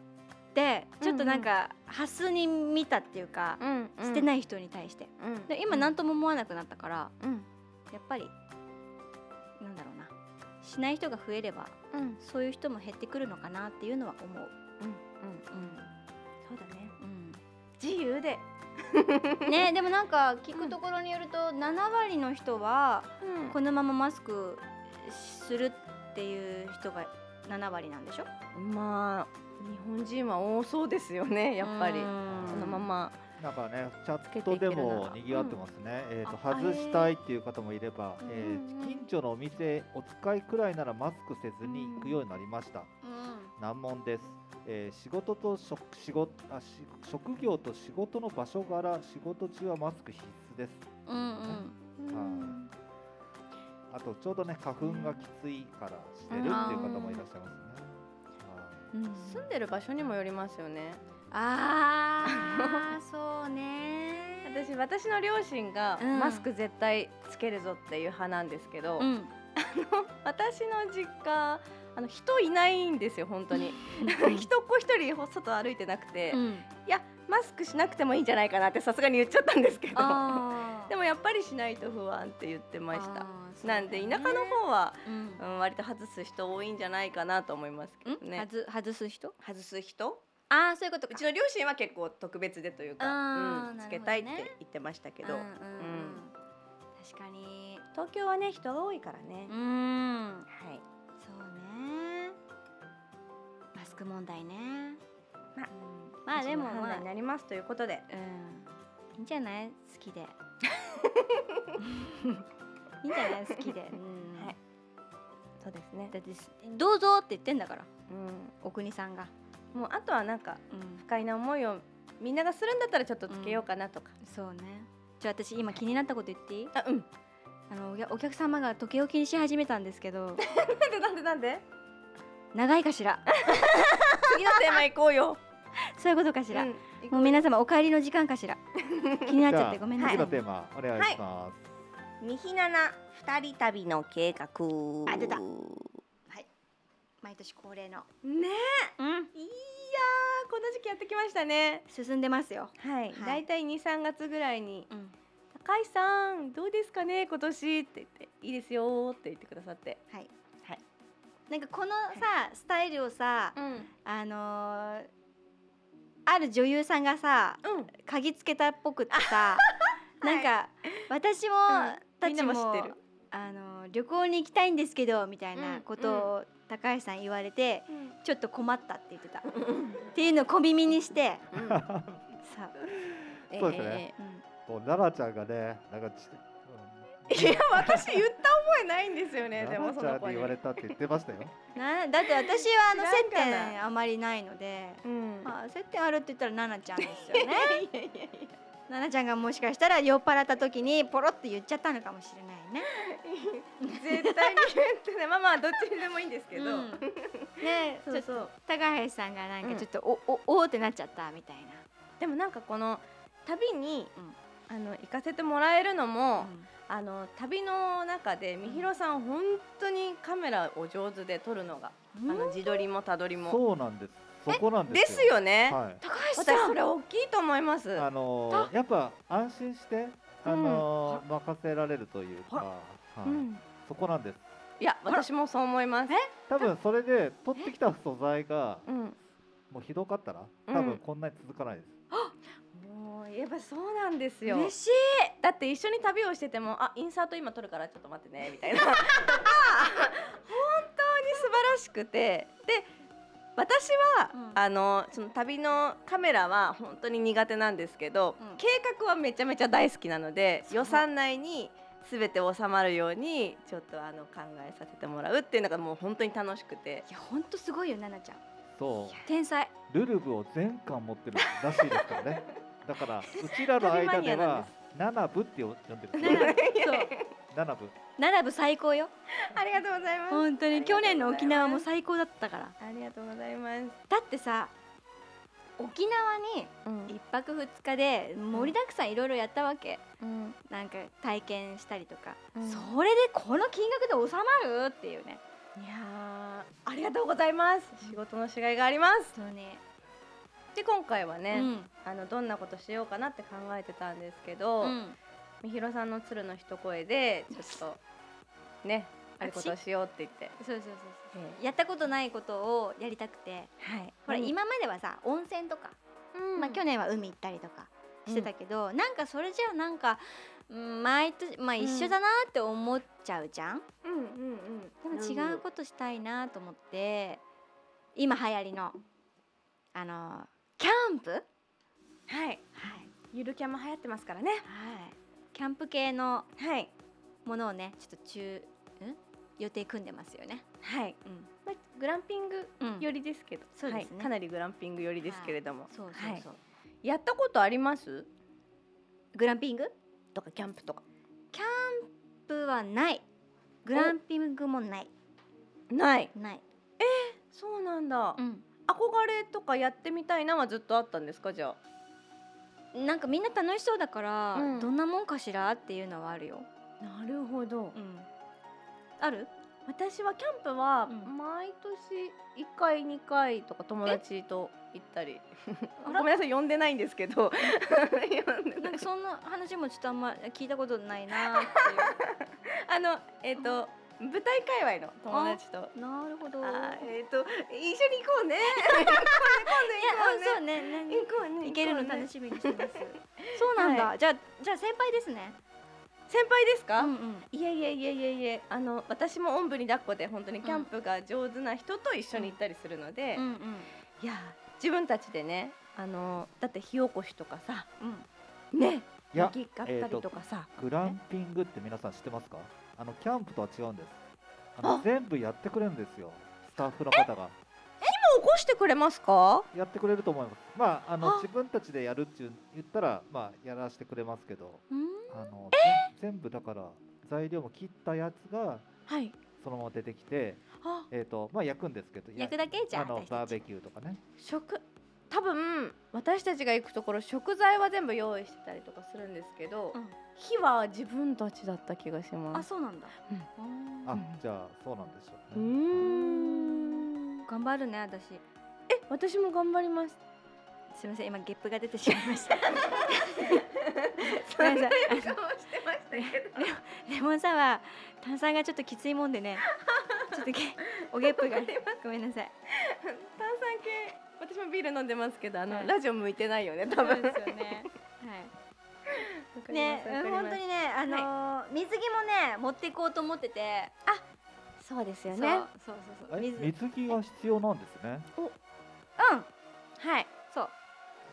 [SPEAKER 1] ってちょっとなんか発数に見たっていうか、
[SPEAKER 2] うん
[SPEAKER 1] してない人に対して
[SPEAKER 2] うん
[SPEAKER 1] で今何とも思わなくなったから
[SPEAKER 2] うん
[SPEAKER 1] やっぱりなんだろうなしない人が増えれば
[SPEAKER 2] うんうん
[SPEAKER 1] そういう人も減ってくるのかなっていうのは思う、
[SPEAKER 2] そうだね
[SPEAKER 1] うん、
[SPEAKER 2] 自由で
[SPEAKER 1] ねでもなんか聞くところによると7割の人は
[SPEAKER 2] うん
[SPEAKER 1] このままマスクするっていう人が7割なんでしょ
[SPEAKER 2] まあ日本人は多そうですよねやっぱり
[SPEAKER 1] うん
[SPEAKER 2] そのまま
[SPEAKER 3] なんかね、チャッ
[SPEAKER 2] つけて
[SPEAKER 3] ト
[SPEAKER 2] いけ
[SPEAKER 3] で
[SPEAKER 2] るなら
[SPEAKER 3] も賑わってますね。えっ、と
[SPEAKER 1] あ
[SPEAKER 3] 外したいっていう方もいれば、
[SPEAKER 1] うん
[SPEAKER 3] えー近所のお店お使いくらいならマスクせずに行くようになりました。難問です。えー仕事と職仕事あし職業と仕事の場所柄仕事中はマスク必須です。
[SPEAKER 1] うんうん
[SPEAKER 3] うんあとちょうどね花粉がきついからしてるっていう方もいらっしゃいますね。はい
[SPEAKER 1] うん
[SPEAKER 2] 住んでる場所にもよりますよね
[SPEAKER 1] あーそうね
[SPEAKER 2] 私私の両親が
[SPEAKER 1] うん
[SPEAKER 2] マスク絶対つけるぞっていう派なんですけど、
[SPEAKER 1] うん
[SPEAKER 2] 私の実家あの人いないんですよ本当 に人っ子一人外歩いてなくて、い
[SPEAKER 1] ん
[SPEAKER 2] やマスクしなくてもいいんじゃないかなってさすがに言っちゃったんですけど
[SPEAKER 1] あー
[SPEAKER 2] でもやっぱりしないと不安って言ってました
[SPEAKER 1] あーそうだ
[SPEAKER 2] な
[SPEAKER 1] ね
[SPEAKER 2] んで田舎の方は、
[SPEAKER 1] うん
[SPEAKER 2] うん、割と外す人多いんじゃないかなと思いますけどね
[SPEAKER 1] ん外外す人
[SPEAKER 2] 外す人
[SPEAKER 1] ああそういうことか
[SPEAKER 2] うちの両親は結構特別でというか、
[SPEAKER 1] あー
[SPEAKER 2] うん
[SPEAKER 1] なるほどね
[SPEAKER 2] つけたいって言ってましたけど、
[SPEAKER 1] うんうんうん確かに
[SPEAKER 2] 東京はね人が多いからね、
[SPEAKER 1] うん
[SPEAKER 2] はい
[SPEAKER 1] そうねマスク問題ね
[SPEAKER 2] まあ
[SPEAKER 1] うんまあでも
[SPEAKER 2] うちの判
[SPEAKER 1] まあ
[SPEAKER 2] 断になりますということで
[SPEAKER 1] うんいいんじゃない好 きでいいんじゃない好きで、うん
[SPEAKER 2] はいそうですね
[SPEAKER 1] だってすどうぞって言ってんだから
[SPEAKER 2] う
[SPEAKER 1] お国さんが、
[SPEAKER 2] ん、もうあとはなんか
[SPEAKER 1] うん
[SPEAKER 2] 不、快な思いをみんながするんだったらちょっとつけようかなとか、
[SPEAKER 1] そうねじゃあ私今気になったこと言っていい
[SPEAKER 2] あうん
[SPEAKER 1] あのお客お客様が時計を気にし始めたんですけ ど
[SPEAKER 2] なんでなんでなんで
[SPEAKER 1] 長いかしら
[SPEAKER 2] 次のテーマ行こ うよ、
[SPEAKER 1] そういうことかしら、
[SPEAKER 2] うん
[SPEAKER 1] もう皆様お帰りの時間かし ら気になっちゃってごめんなさい、
[SPEAKER 3] 次のテーマお願いします。
[SPEAKER 2] みひなな二人旅の計画
[SPEAKER 1] あ出た
[SPEAKER 2] ね
[SPEAKER 1] 毎年恒例の、
[SPEAKER 2] えいやーこの時期やってきましたね
[SPEAKER 1] 進んでますよ、
[SPEAKER 2] は
[SPEAKER 1] は
[SPEAKER 2] い、
[SPEAKER 1] い
[SPEAKER 2] だいたい二三月ぐらいに
[SPEAKER 1] うん、
[SPEAKER 2] 高橋さんどうですかね今年って言っていいですよーって言ってくださって
[SPEAKER 1] はい
[SPEAKER 2] はい
[SPEAKER 1] なんかこのさスタイルをさ
[SPEAKER 2] うんうん
[SPEAKER 1] あのーある女優さんがさ鍵つけたっぽくって さ、なんか私も、
[SPEAKER 2] うん
[SPEAKER 1] た
[SPEAKER 2] みんな
[SPEAKER 1] ち
[SPEAKER 2] も
[SPEAKER 1] も
[SPEAKER 2] 知ってる
[SPEAKER 1] あのー旅行に行きたいんですけどみたいなことを高橋さん言われて、ちょっと困ったって言ってた、っていうのを小耳にして さ、
[SPEAKER 3] そうですね
[SPEAKER 1] うん
[SPEAKER 3] もう奈々ちゃんがねなんかち、
[SPEAKER 2] いや私言った覚えないんですよ
[SPEAKER 3] うん
[SPEAKER 2] ねでも
[SPEAKER 3] 奈
[SPEAKER 2] そ
[SPEAKER 3] 々ちゃん
[SPEAKER 2] の
[SPEAKER 3] って
[SPEAKER 2] 子に
[SPEAKER 3] 言われたって言ってまし たよ。
[SPEAKER 1] なだって私はあの
[SPEAKER 2] 知らん
[SPEAKER 1] 接
[SPEAKER 2] かな
[SPEAKER 1] 点あまりないので、
[SPEAKER 2] うん
[SPEAKER 1] まあ、接点あるって言ったら奈々ちゃんです よね
[SPEAKER 2] いやいやい
[SPEAKER 1] 奈々ちゃんがもしかしたら酔っ払った時にポロって言っちゃったのかもしれないね。
[SPEAKER 2] や絶対に言ってねまあまあどっちにでもいいんですけど、
[SPEAKER 1] うんねちょっと
[SPEAKER 2] そう
[SPEAKER 1] 高橋さんがなん
[SPEAKER 2] う
[SPEAKER 1] か
[SPEAKER 2] ん
[SPEAKER 1] ちょっとお、おおーってなっちゃったみたいな。
[SPEAKER 2] でもなんかこの旅に、
[SPEAKER 1] うん
[SPEAKER 2] あの行かせてもらえるのも、
[SPEAKER 1] うん
[SPEAKER 2] あの旅の中でみひろさん本当にカメラお上手で撮るのが、あの自撮りもたどりも
[SPEAKER 3] そうなんです。そこなんで
[SPEAKER 2] です
[SPEAKER 3] よ。
[SPEAKER 2] すよね、
[SPEAKER 3] はい。
[SPEAKER 1] 高橋
[SPEAKER 2] 私
[SPEAKER 1] さん
[SPEAKER 2] それ大きいと思います
[SPEAKER 3] あのーやっぱ安心してあのー任せられるというか、はい
[SPEAKER 2] うん、
[SPEAKER 3] そこなんです。
[SPEAKER 2] いや私もそう思います
[SPEAKER 3] 多分それで取ってきた素材が
[SPEAKER 2] うん
[SPEAKER 3] もうひどかったら
[SPEAKER 2] うん
[SPEAKER 3] 多分こんなに続かないです。
[SPEAKER 2] もうやっぱそうなんですよ
[SPEAKER 1] 嬉しい
[SPEAKER 2] だって一緒に旅をしててもあインサート今撮るからちょっと待ってねみた いなとか本当に素晴らしくてで私は、
[SPEAKER 1] うん
[SPEAKER 2] あのその旅のカメラは本当に苦手なんですけど、
[SPEAKER 1] うん
[SPEAKER 2] 計画はめちゃめちゃ大好きなので
[SPEAKER 1] そう
[SPEAKER 2] 予算内に全て収まるようにちょっとあの考えさせてもらうっていうのがもう本当に楽しくて
[SPEAKER 1] いやほんとすごいよ奈々ちゃん
[SPEAKER 3] そ
[SPEAKER 1] 天才
[SPEAKER 3] う、ルルブを全巻持ってるらしいですからね。だからうちらの間
[SPEAKER 2] 旅
[SPEAKER 3] で
[SPEAKER 2] マニアなん
[SPEAKER 3] は
[SPEAKER 2] で
[SPEAKER 3] 七部って呼んでるんです
[SPEAKER 1] 七部
[SPEAKER 3] よ
[SPEAKER 1] そう
[SPEAKER 3] 七部
[SPEAKER 1] 七部最高よ
[SPEAKER 2] ありがとうございます。
[SPEAKER 1] 本当に去年の沖縄も最高だったから
[SPEAKER 2] ありがとうございます。
[SPEAKER 1] だってさ沖縄に一泊二日で盛りだくさんいろいろやったわけ
[SPEAKER 4] うん
[SPEAKER 1] なんか体験したりとか、
[SPEAKER 4] うん
[SPEAKER 1] それでこの金額で収まるっていうね
[SPEAKER 2] いやーありがとうございます。仕事のしがいがあります。
[SPEAKER 1] そうね
[SPEAKER 2] で今回はね、
[SPEAKER 1] うん
[SPEAKER 2] あのどんなことしようかなって考えてたんですけど、
[SPEAKER 1] うん
[SPEAKER 2] みひろさんの鶴の一声でちょっとね
[SPEAKER 1] 私
[SPEAKER 2] あることをしようって言って。
[SPEAKER 1] そうそうそうそうやったことないことをやりたくて
[SPEAKER 2] はい。
[SPEAKER 1] ほら、今まではさ温泉とか、まあ、去年
[SPEAKER 2] 年
[SPEAKER 1] は海行ったりとかしてたけど、なんかそれじゃなんかうん毎年まあ一緒だなって思っちゃうじゃん、
[SPEAKER 2] うんうんうん。
[SPEAKER 1] でも違うことしたいなと思って今流行りのあのキャンプ、はい
[SPEAKER 2] と。はい。ゆるキャンも流行ってますからね。
[SPEAKER 1] はい、キャンプ系の
[SPEAKER 2] はい。
[SPEAKER 1] ものをねちょっと中ん予定組んでますよね。
[SPEAKER 2] はい。
[SPEAKER 1] うん
[SPEAKER 2] まあグランピング
[SPEAKER 1] うん
[SPEAKER 2] 寄りですけど、
[SPEAKER 1] そうですね
[SPEAKER 2] はいかなりグランピング寄りですけれども、
[SPEAKER 1] そうそうそう、
[SPEAKER 2] はいやったことあります？
[SPEAKER 1] グランピング
[SPEAKER 2] とかキャンプとか
[SPEAKER 1] キャンプはないグランピングもない
[SPEAKER 2] ない。
[SPEAKER 4] ない
[SPEAKER 2] そうなんだ。
[SPEAKER 1] うん
[SPEAKER 2] 憧れとかやってみたいなはずっとあったんですかじゃあ
[SPEAKER 1] なんかみんな楽しそうだから、
[SPEAKER 2] うん
[SPEAKER 1] どんなもんかしらっていうのはあるよ、
[SPEAKER 2] なるほど
[SPEAKER 1] うん、ある
[SPEAKER 2] 私はキャンプは
[SPEAKER 1] うん
[SPEAKER 2] 毎年1回2回とか友達と行ったり
[SPEAKER 1] あ
[SPEAKER 2] ご
[SPEAKER 1] ら
[SPEAKER 2] めんなさい呼んでないんですけど 呼んでな
[SPEAKER 1] なんか
[SPEAKER 2] い
[SPEAKER 1] そんな話もちょっとあんま聞いたことないなって
[SPEAKER 2] あのえっ、と舞台界隈の友達と
[SPEAKER 1] いうなるほど
[SPEAKER 2] あーえっ、と一緒に行こう
[SPEAKER 1] い
[SPEAKER 2] ね
[SPEAKER 1] や
[SPEAKER 2] 今度行こ
[SPEAKER 1] あそう
[SPEAKER 2] うね
[SPEAKER 1] ねね
[SPEAKER 2] 行こうね
[SPEAKER 1] いけるの楽
[SPEAKER 2] い
[SPEAKER 1] しみにしてますそうなんだ、
[SPEAKER 2] は
[SPEAKER 1] じゃあじゃあ先輩ですね
[SPEAKER 2] 先輩ですか、
[SPEAKER 1] うんうん
[SPEAKER 2] いやいやいやいやいやあの私もおんぶに抱っこで本当にキャンプが上手な人と一緒に行ったりするので、
[SPEAKER 1] うん
[SPEAKER 2] いや自分たちでねあのだって火起こしとかさ
[SPEAKER 1] うん
[SPEAKER 2] ね
[SPEAKER 3] いや
[SPEAKER 2] 薪買ったりとかさ、
[SPEAKER 3] グランピングって皆さん知ってますかあのキャンプとは違うんですあの全部やってくれるんですよスタッフの方が
[SPEAKER 2] 起こしてくれますか
[SPEAKER 3] やってくれると思いますまああの
[SPEAKER 2] あ
[SPEAKER 3] 自分たちでやるっていう言ったらまあやらせてくれますけど
[SPEAKER 1] うん
[SPEAKER 3] あのぜん全部だから材料も切ったやつが
[SPEAKER 1] はい
[SPEAKER 3] そのまま出てきて
[SPEAKER 1] あ
[SPEAKER 3] えっ、とまあ焼くんですけどや
[SPEAKER 1] 焼くだけじゃん
[SPEAKER 3] あの
[SPEAKER 1] 私たち
[SPEAKER 3] バーベキューとかね
[SPEAKER 2] 食多分私たちが行くところ食材は全部用意してたりとかするんですけど、
[SPEAKER 1] うん
[SPEAKER 2] 火は自分たちだった気がしま
[SPEAKER 1] あ
[SPEAKER 2] す
[SPEAKER 1] そうなんだ、
[SPEAKER 2] うん
[SPEAKER 1] うん
[SPEAKER 3] あ、
[SPEAKER 2] うん
[SPEAKER 3] じゃあそうなんでしょ
[SPEAKER 2] う
[SPEAKER 3] うね
[SPEAKER 2] ん
[SPEAKER 1] 頑張るね私
[SPEAKER 2] え私も頑張ります
[SPEAKER 1] すみません今ゲップが出てしまいま したごめんなさい
[SPEAKER 2] そうしてましたけど
[SPEAKER 1] レモンサワー炭酸がちょっときついもんで ねちょっとげおゲップがごめんなさい
[SPEAKER 2] 炭酸系私もビール飲んでますけどあの、
[SPEAKER 1] はい
[SPEAKER 2] ラジオ向いてないよね多分
[SPEAKER 1] そうですよねはいねうん本当にねあのー水着もね持っていこうと思っててあ
[SPEAKER 2] そうです
[SPEAKER 1] そ
[SPEAKER 2] よ
[SPEAKER 1] う
[SPEAKER 2] ね
[SPEAKER 1] そうそうそう
[SPEAKER 3] え
[SPEAKER 1] 水
[SPEAKER 3] 水着が必要なんですね
[SPEAKER 1] うん
[SPEAKER 2] はい
[SPEAKER 1] そう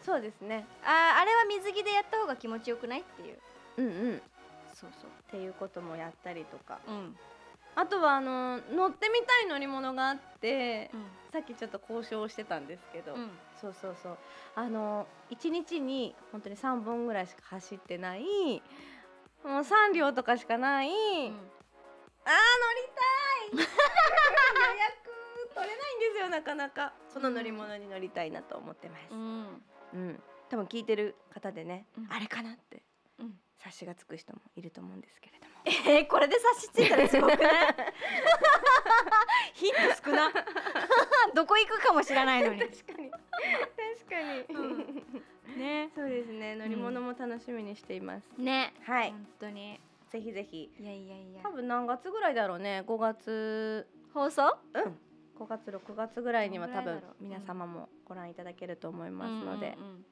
[SPEAKER 2] そうですね
[SPEAKER 1] あーあれは水着でやった方が気持ちよくないっていう
[SPEAKER 2] うんうんっ
[SPEAKER 1] そうそ
[SPEAKER 2] ていうこともやったりとか
[SPEAKER 1] ううん
[SPEAKER 2] あとはあの乗ってみたい乗り物があって、
[SPEAKER 1] うん
[SPEAKER 2] さっきちょっと交渉してたんですけど、
[SPEAKER 1] うん
[SPEAKER 2] そうそうそうあの1日に本当に3本ぐらいしか走ってないもう3両とかしかない、あー乗りたい予約取れないんですよなかなかその乗り物に乗りたいなと思ってます、
[SPEAKER 1] うん
[SPEAKER 2] うん、多分聞いてる方でね、
[SPEAKER 1] うん
[SPEAKER 2] あれかなって、
[SPEAKER 1] うん
[SPEAKER 2] 察しがつく人もいると思うんですけれども
[SPEAKER 1] えー、これで差しついた らすごくないヒント少な どこ行くかも知らないのに
[SPEAKER 2] 確か に確かに、
[SPEAKER 1] ね
[SPEAKER 2] そうですね乗り物も楽しみにしています、
[SPEAKER 1] ね
[SPEAKER 2] はい
[SPEAKER 1] 本当に
[SPEAKER 2] ぜひぜひ
[SPEAKER 1] いやいやいや
[SPEAKER 2] 多分何月ぐらいだろうね5月
[SPEAKER 1] 放送
[SPEAKER 2] うん5月6月ぐらいには
[SPEAKER 1] どの
[SPEAKER 2] 多
[SPEAKER 1] ぐらいだ
[SPEAKER 2] 分
[SPEAKER 1] ろう
[SPEAKER 2] 皆様もご覧いただけると思いますので、
[SPEAKER 1] うんうんうん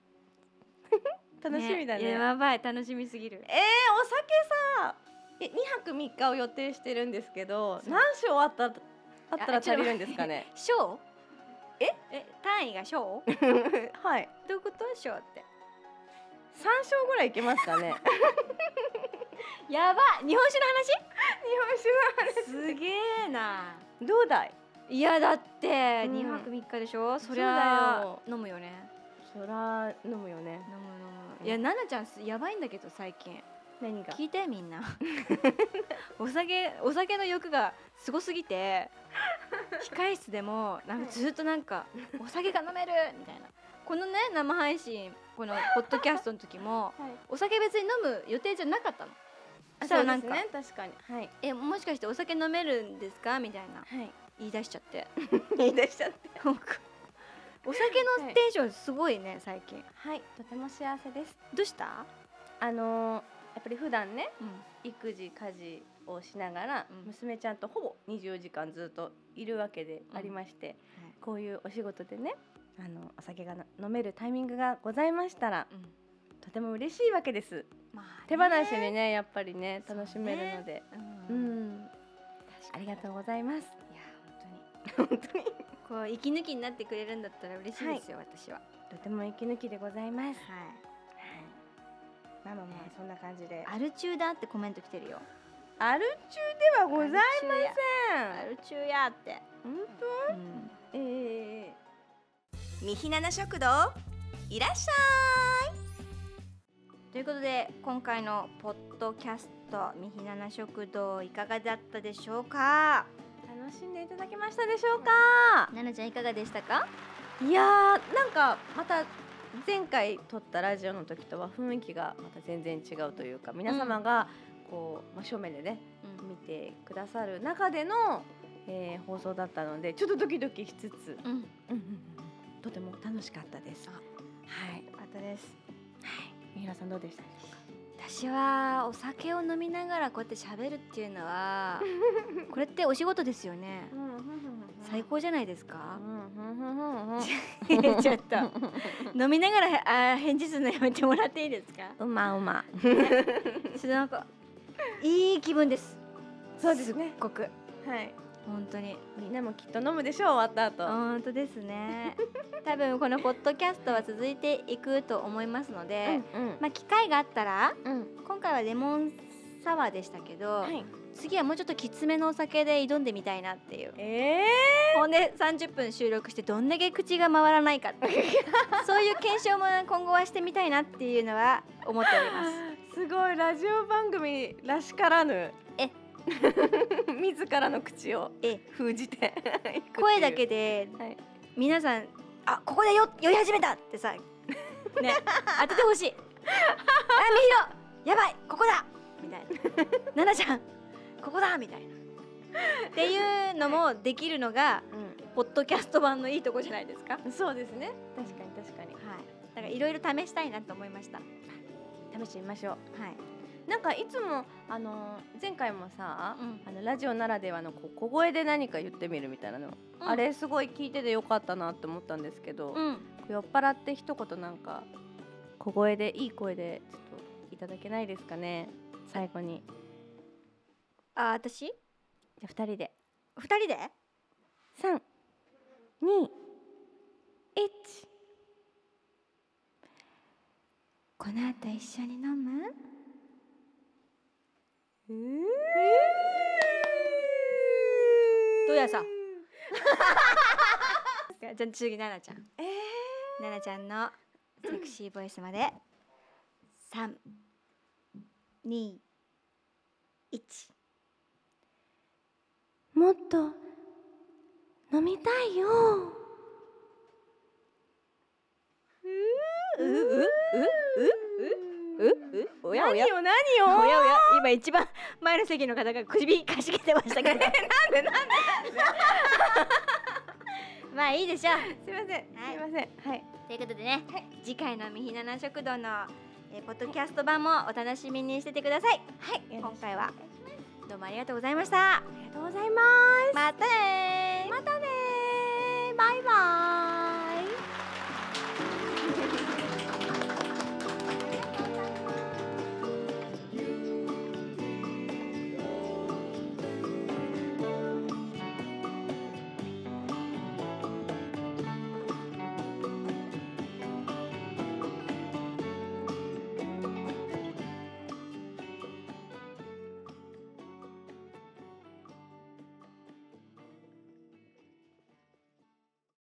[SPEAKER 2] 楽しみだね
[SPEAKER 1] いややばい楽しみすぎる
[SPEAKER 2] えー、お酒さえ2泊3日を予定してるんですけど
[SPEAKER 1] そう
[SPEAKER 2] 何章あったあったら足りるんですかね
[SPEAKER 1] 小ええ単位が小 ど
[SPEAKER 2] はい3
[SPEAKER 1] ういうこと小って
[SPEAKER 2] 章ぐらいいけますか ね
[SPEAKER 1] やばい日本酒
[SPEAKER 2] 日
[SPEAKER 1] の話すげえな
[SPEAKER 2] 本酒どうだい
[SPEAKER 1] いやだって
[SPEAKER 2] うん
[SPEAKER 1] 二泊三日でしょ、そり
[SPEAKER 2] そうだ
[SPEAKER 1] ゃ
[SPEAKER 2] よ
[SPEAKER 1] 飲むよね
[SPEAKER 2] そそら飲むよね
[SPEAKER 5] 飲む飲むいや奈々ちゃんすやばいんだけど最近
[SPEAKER 2] 何が
[SPEAKER 5] 聞いてみんな お酒お酒の欲がすごすぎて控室でもなんかずっとなんか「お酒が飲める!」みたいなこのね生配信このポッドキャストの時も、
[SPEAKER 2] はい
[SPEAKER 5] お酒別に飲む予定じゃなかったのそ
[SPEAKER 2] あ
[SPEAKER 5] した
[SPEAKER 2] そ
[SPEAKER 5] らな
[SPEAKER 2] うで
[SPEAKER 5] ん
[SPEAKER 2] す
[SPEAKER 5] か、
[SPEAKER 2] ね確かにはい
[SPEAKER 5] えもしかしてお酒飲めるんですかみたいな
[SPEAKER 2] はい
[SPEAKER 5] 言い出しちゃって
[SPEAKER 2] 言い出しちゃって
[SPEAKER 5] なんかお酒のテンションすごいね最近
[SPEAKER 2] はいとても幸せです
[SPEAKER 5] どうした、
[SPEAKER 2] あのー、やっぱり普段ね
[SPEAKER 5] うん
[SPEAKER 2] 育児家事をしながら、
[SPEAKER 5] うん
[SPEAKER 2] 娘ちゃんとほぼ24時間ずっといるわけでありまして、こういうお仕事でねあのお酒がな飲めるタイミングがございましたら
[SPEAKER 5] うん
[SPEAKER 2] とても嬉しいわけです
[SPEAKER 5] まあね
[SPEAKER 2] 手放しにねやっぱりね
[SPEAKER 5] そうね
[SPEAKER 2] 楽しめるので
[SPEAKER 5] う
[SPEAKER 2] う,、
[SPEAKER 5] ん
[SPEAKER 2] んありがとうございます
[SPEAKER 5] いや本当に
[SPEAKER 2] 本当に
[SPEAKER 5] こう息抜きになってくれるんだったら嬉しいですよ、私は。
[SPEAKER 2] とても息抜きでございます
[SPEAKER 5] はい。
[SPEAKER 2] まあまあまあそんな感じで
[SPEAKER 1] アル中だってコメント来てるよ
[SPEAKER 2] アル中ではございま
[SPEAKER 1] ア
[SPEAKER 2] せん
[SPEAKER 1] ル中やって
[SPEAKER 2] 本
[SPEAKER 1] うん
[SPEAKER 2] 当ええ
[SPEAKER 1] みひなな食堂いらっしゃいということで今回のポッドキャストみひなな食堂いかがだったでしょうか
[SPEAKER 2] 楽しんでいただけましたでしょうか
[SPEAKER 1] ななちゃんいかがでしたか
[SPEAKER 2] いやーなんかまた前回撮ったラジオの時とは雰囲気がまた全然違うというか皆様がこう真正面でね見てくださる中での、えー放送だったのでちょっとドキドキしつつ、
[SPEAKER 1] うん
[SPEAKER 2] うんうんうんとても楽しかったです。
[SPEAKER 1] あ
[SPEAKER 2] はい、
[SPEAKER 1] あとです
[SPEAKER 2] 三浦さんどうでしたでしょうか。
[SPEAKER 1] 私はお酒を飲みながらこうやって喋るっていうの はこれってお仕事ですよね最高じゃないですか
[SPEAKER 2] うんうんうん うんうん。
[SPEAKER 1] ちょっ と飲みながらあ返事するのやめてもらっていいです か
[SPEAKER 2] うまうま。
[SPEAKER 1] ちょっとなんかいい気分です
[SPEAKER 2] そうですね。
[SPEAKER 1] ごく
[SPEAKER 2] はい。
[SPEAKER 1] 本当に
[SPEAKER 2] みんなもきっと飲むでしょう終わった後。
[SPEAKER 1] 本当です ね多分このポッドキャストは続いていくと思いますので、
[SPEAKER 2] うん
[SPEAKER 1] まあ機会があったら
[SPEAKER 2] うん。
[SPEAKER 1] 今回はレモンサワーでしたけど、
[SPEAKER 2] はい。
[SPEAKER 1] 次はもうちょっときつめのお酒で挑んでみたいなっていう
[SPEAKER 2] ええ
[SPEAKER 1] ほんで30分収録してどんだけ口が回らないかっていう そういう検証も今後はしてみたいなっていうのは思っております
[SPEAKER 2] すごいラジオ番組らしからぬ
[SPEAKER 1] え
[SPEAKER 2] 自らの口を
[SPEAKER 1] え
[SPEAKER 2] 封じ ていくっていう
[SPEAKER 1] 声だけで
[SPEAKER 2] はい
[SPEAKER 1] 皆さん「あここでよ酔い始めた!」ってさ ね当ててほしい「あみひろやばいここだ!」みたい な「奈々ちゃんここだ!」みたいな。っていうのもできるのがポッドキャスト版のいいとこじゃないですか。はい、
[SPEAKER 2] うん、そうですね確かに確かに
[SPEAKER 1] だからいろいろ試したいなと思いました。は
[SPEAKER 2] 試してみましょう
[SPEAKER 1] い、
[SPEAKER 2] なんかいつもあのー前回もさ、
[SPEAKER 1] うん
[SPEAKER 2] あのラジオならではのこう小声で何か言ってみるみたいなの、
[SPEAKER 1] うん
[SPEAKER 2] あれすごい聞いててよかったなって思ったんですけど、
[SPEAKER 1] うん、
[SPEAKER 2] 酔っ払って一言なんか小声でいい声でちょっといただけないですかね最後に
[SPEAKER 1] あ、私、
[SPEAKER 2] じゃあ2人で
[SPEAKER 1] 二人で。
[SPEAKER 2] 三、二、一。
[SPEAKER 1] この後一緒に飲む。
[SPEAKER 5] どうや さん。じゃあ次奈々ちゃん。
[SPEAKER 1] 奈々ちゃんのセクシーボイスまで三二一
[SPEAKER 2] もっと飲みたいよ。
[SPEAKER 5] うううううううおやおや。
[SPEAKER 2] 何よ何
[SPEAKER 5] お
[SPEAKER 2] よ。
[SPEAKER 5] やおや今一番前の席の方が首かしげてま したけど
[SPEAKER 1] まあいいでしょう
[SPEAKER 2] すみません。
[SPEAKER 1] はい
[SPEAKER 2] すみません。はい。
[SPEAKER 1] ということでね、次回の「みひなな食堂の」えーポッドキャスト版もお楽しみにしててくださいはい今回はどうもありがとうございましたありがとうございますまたねまたねバイバイ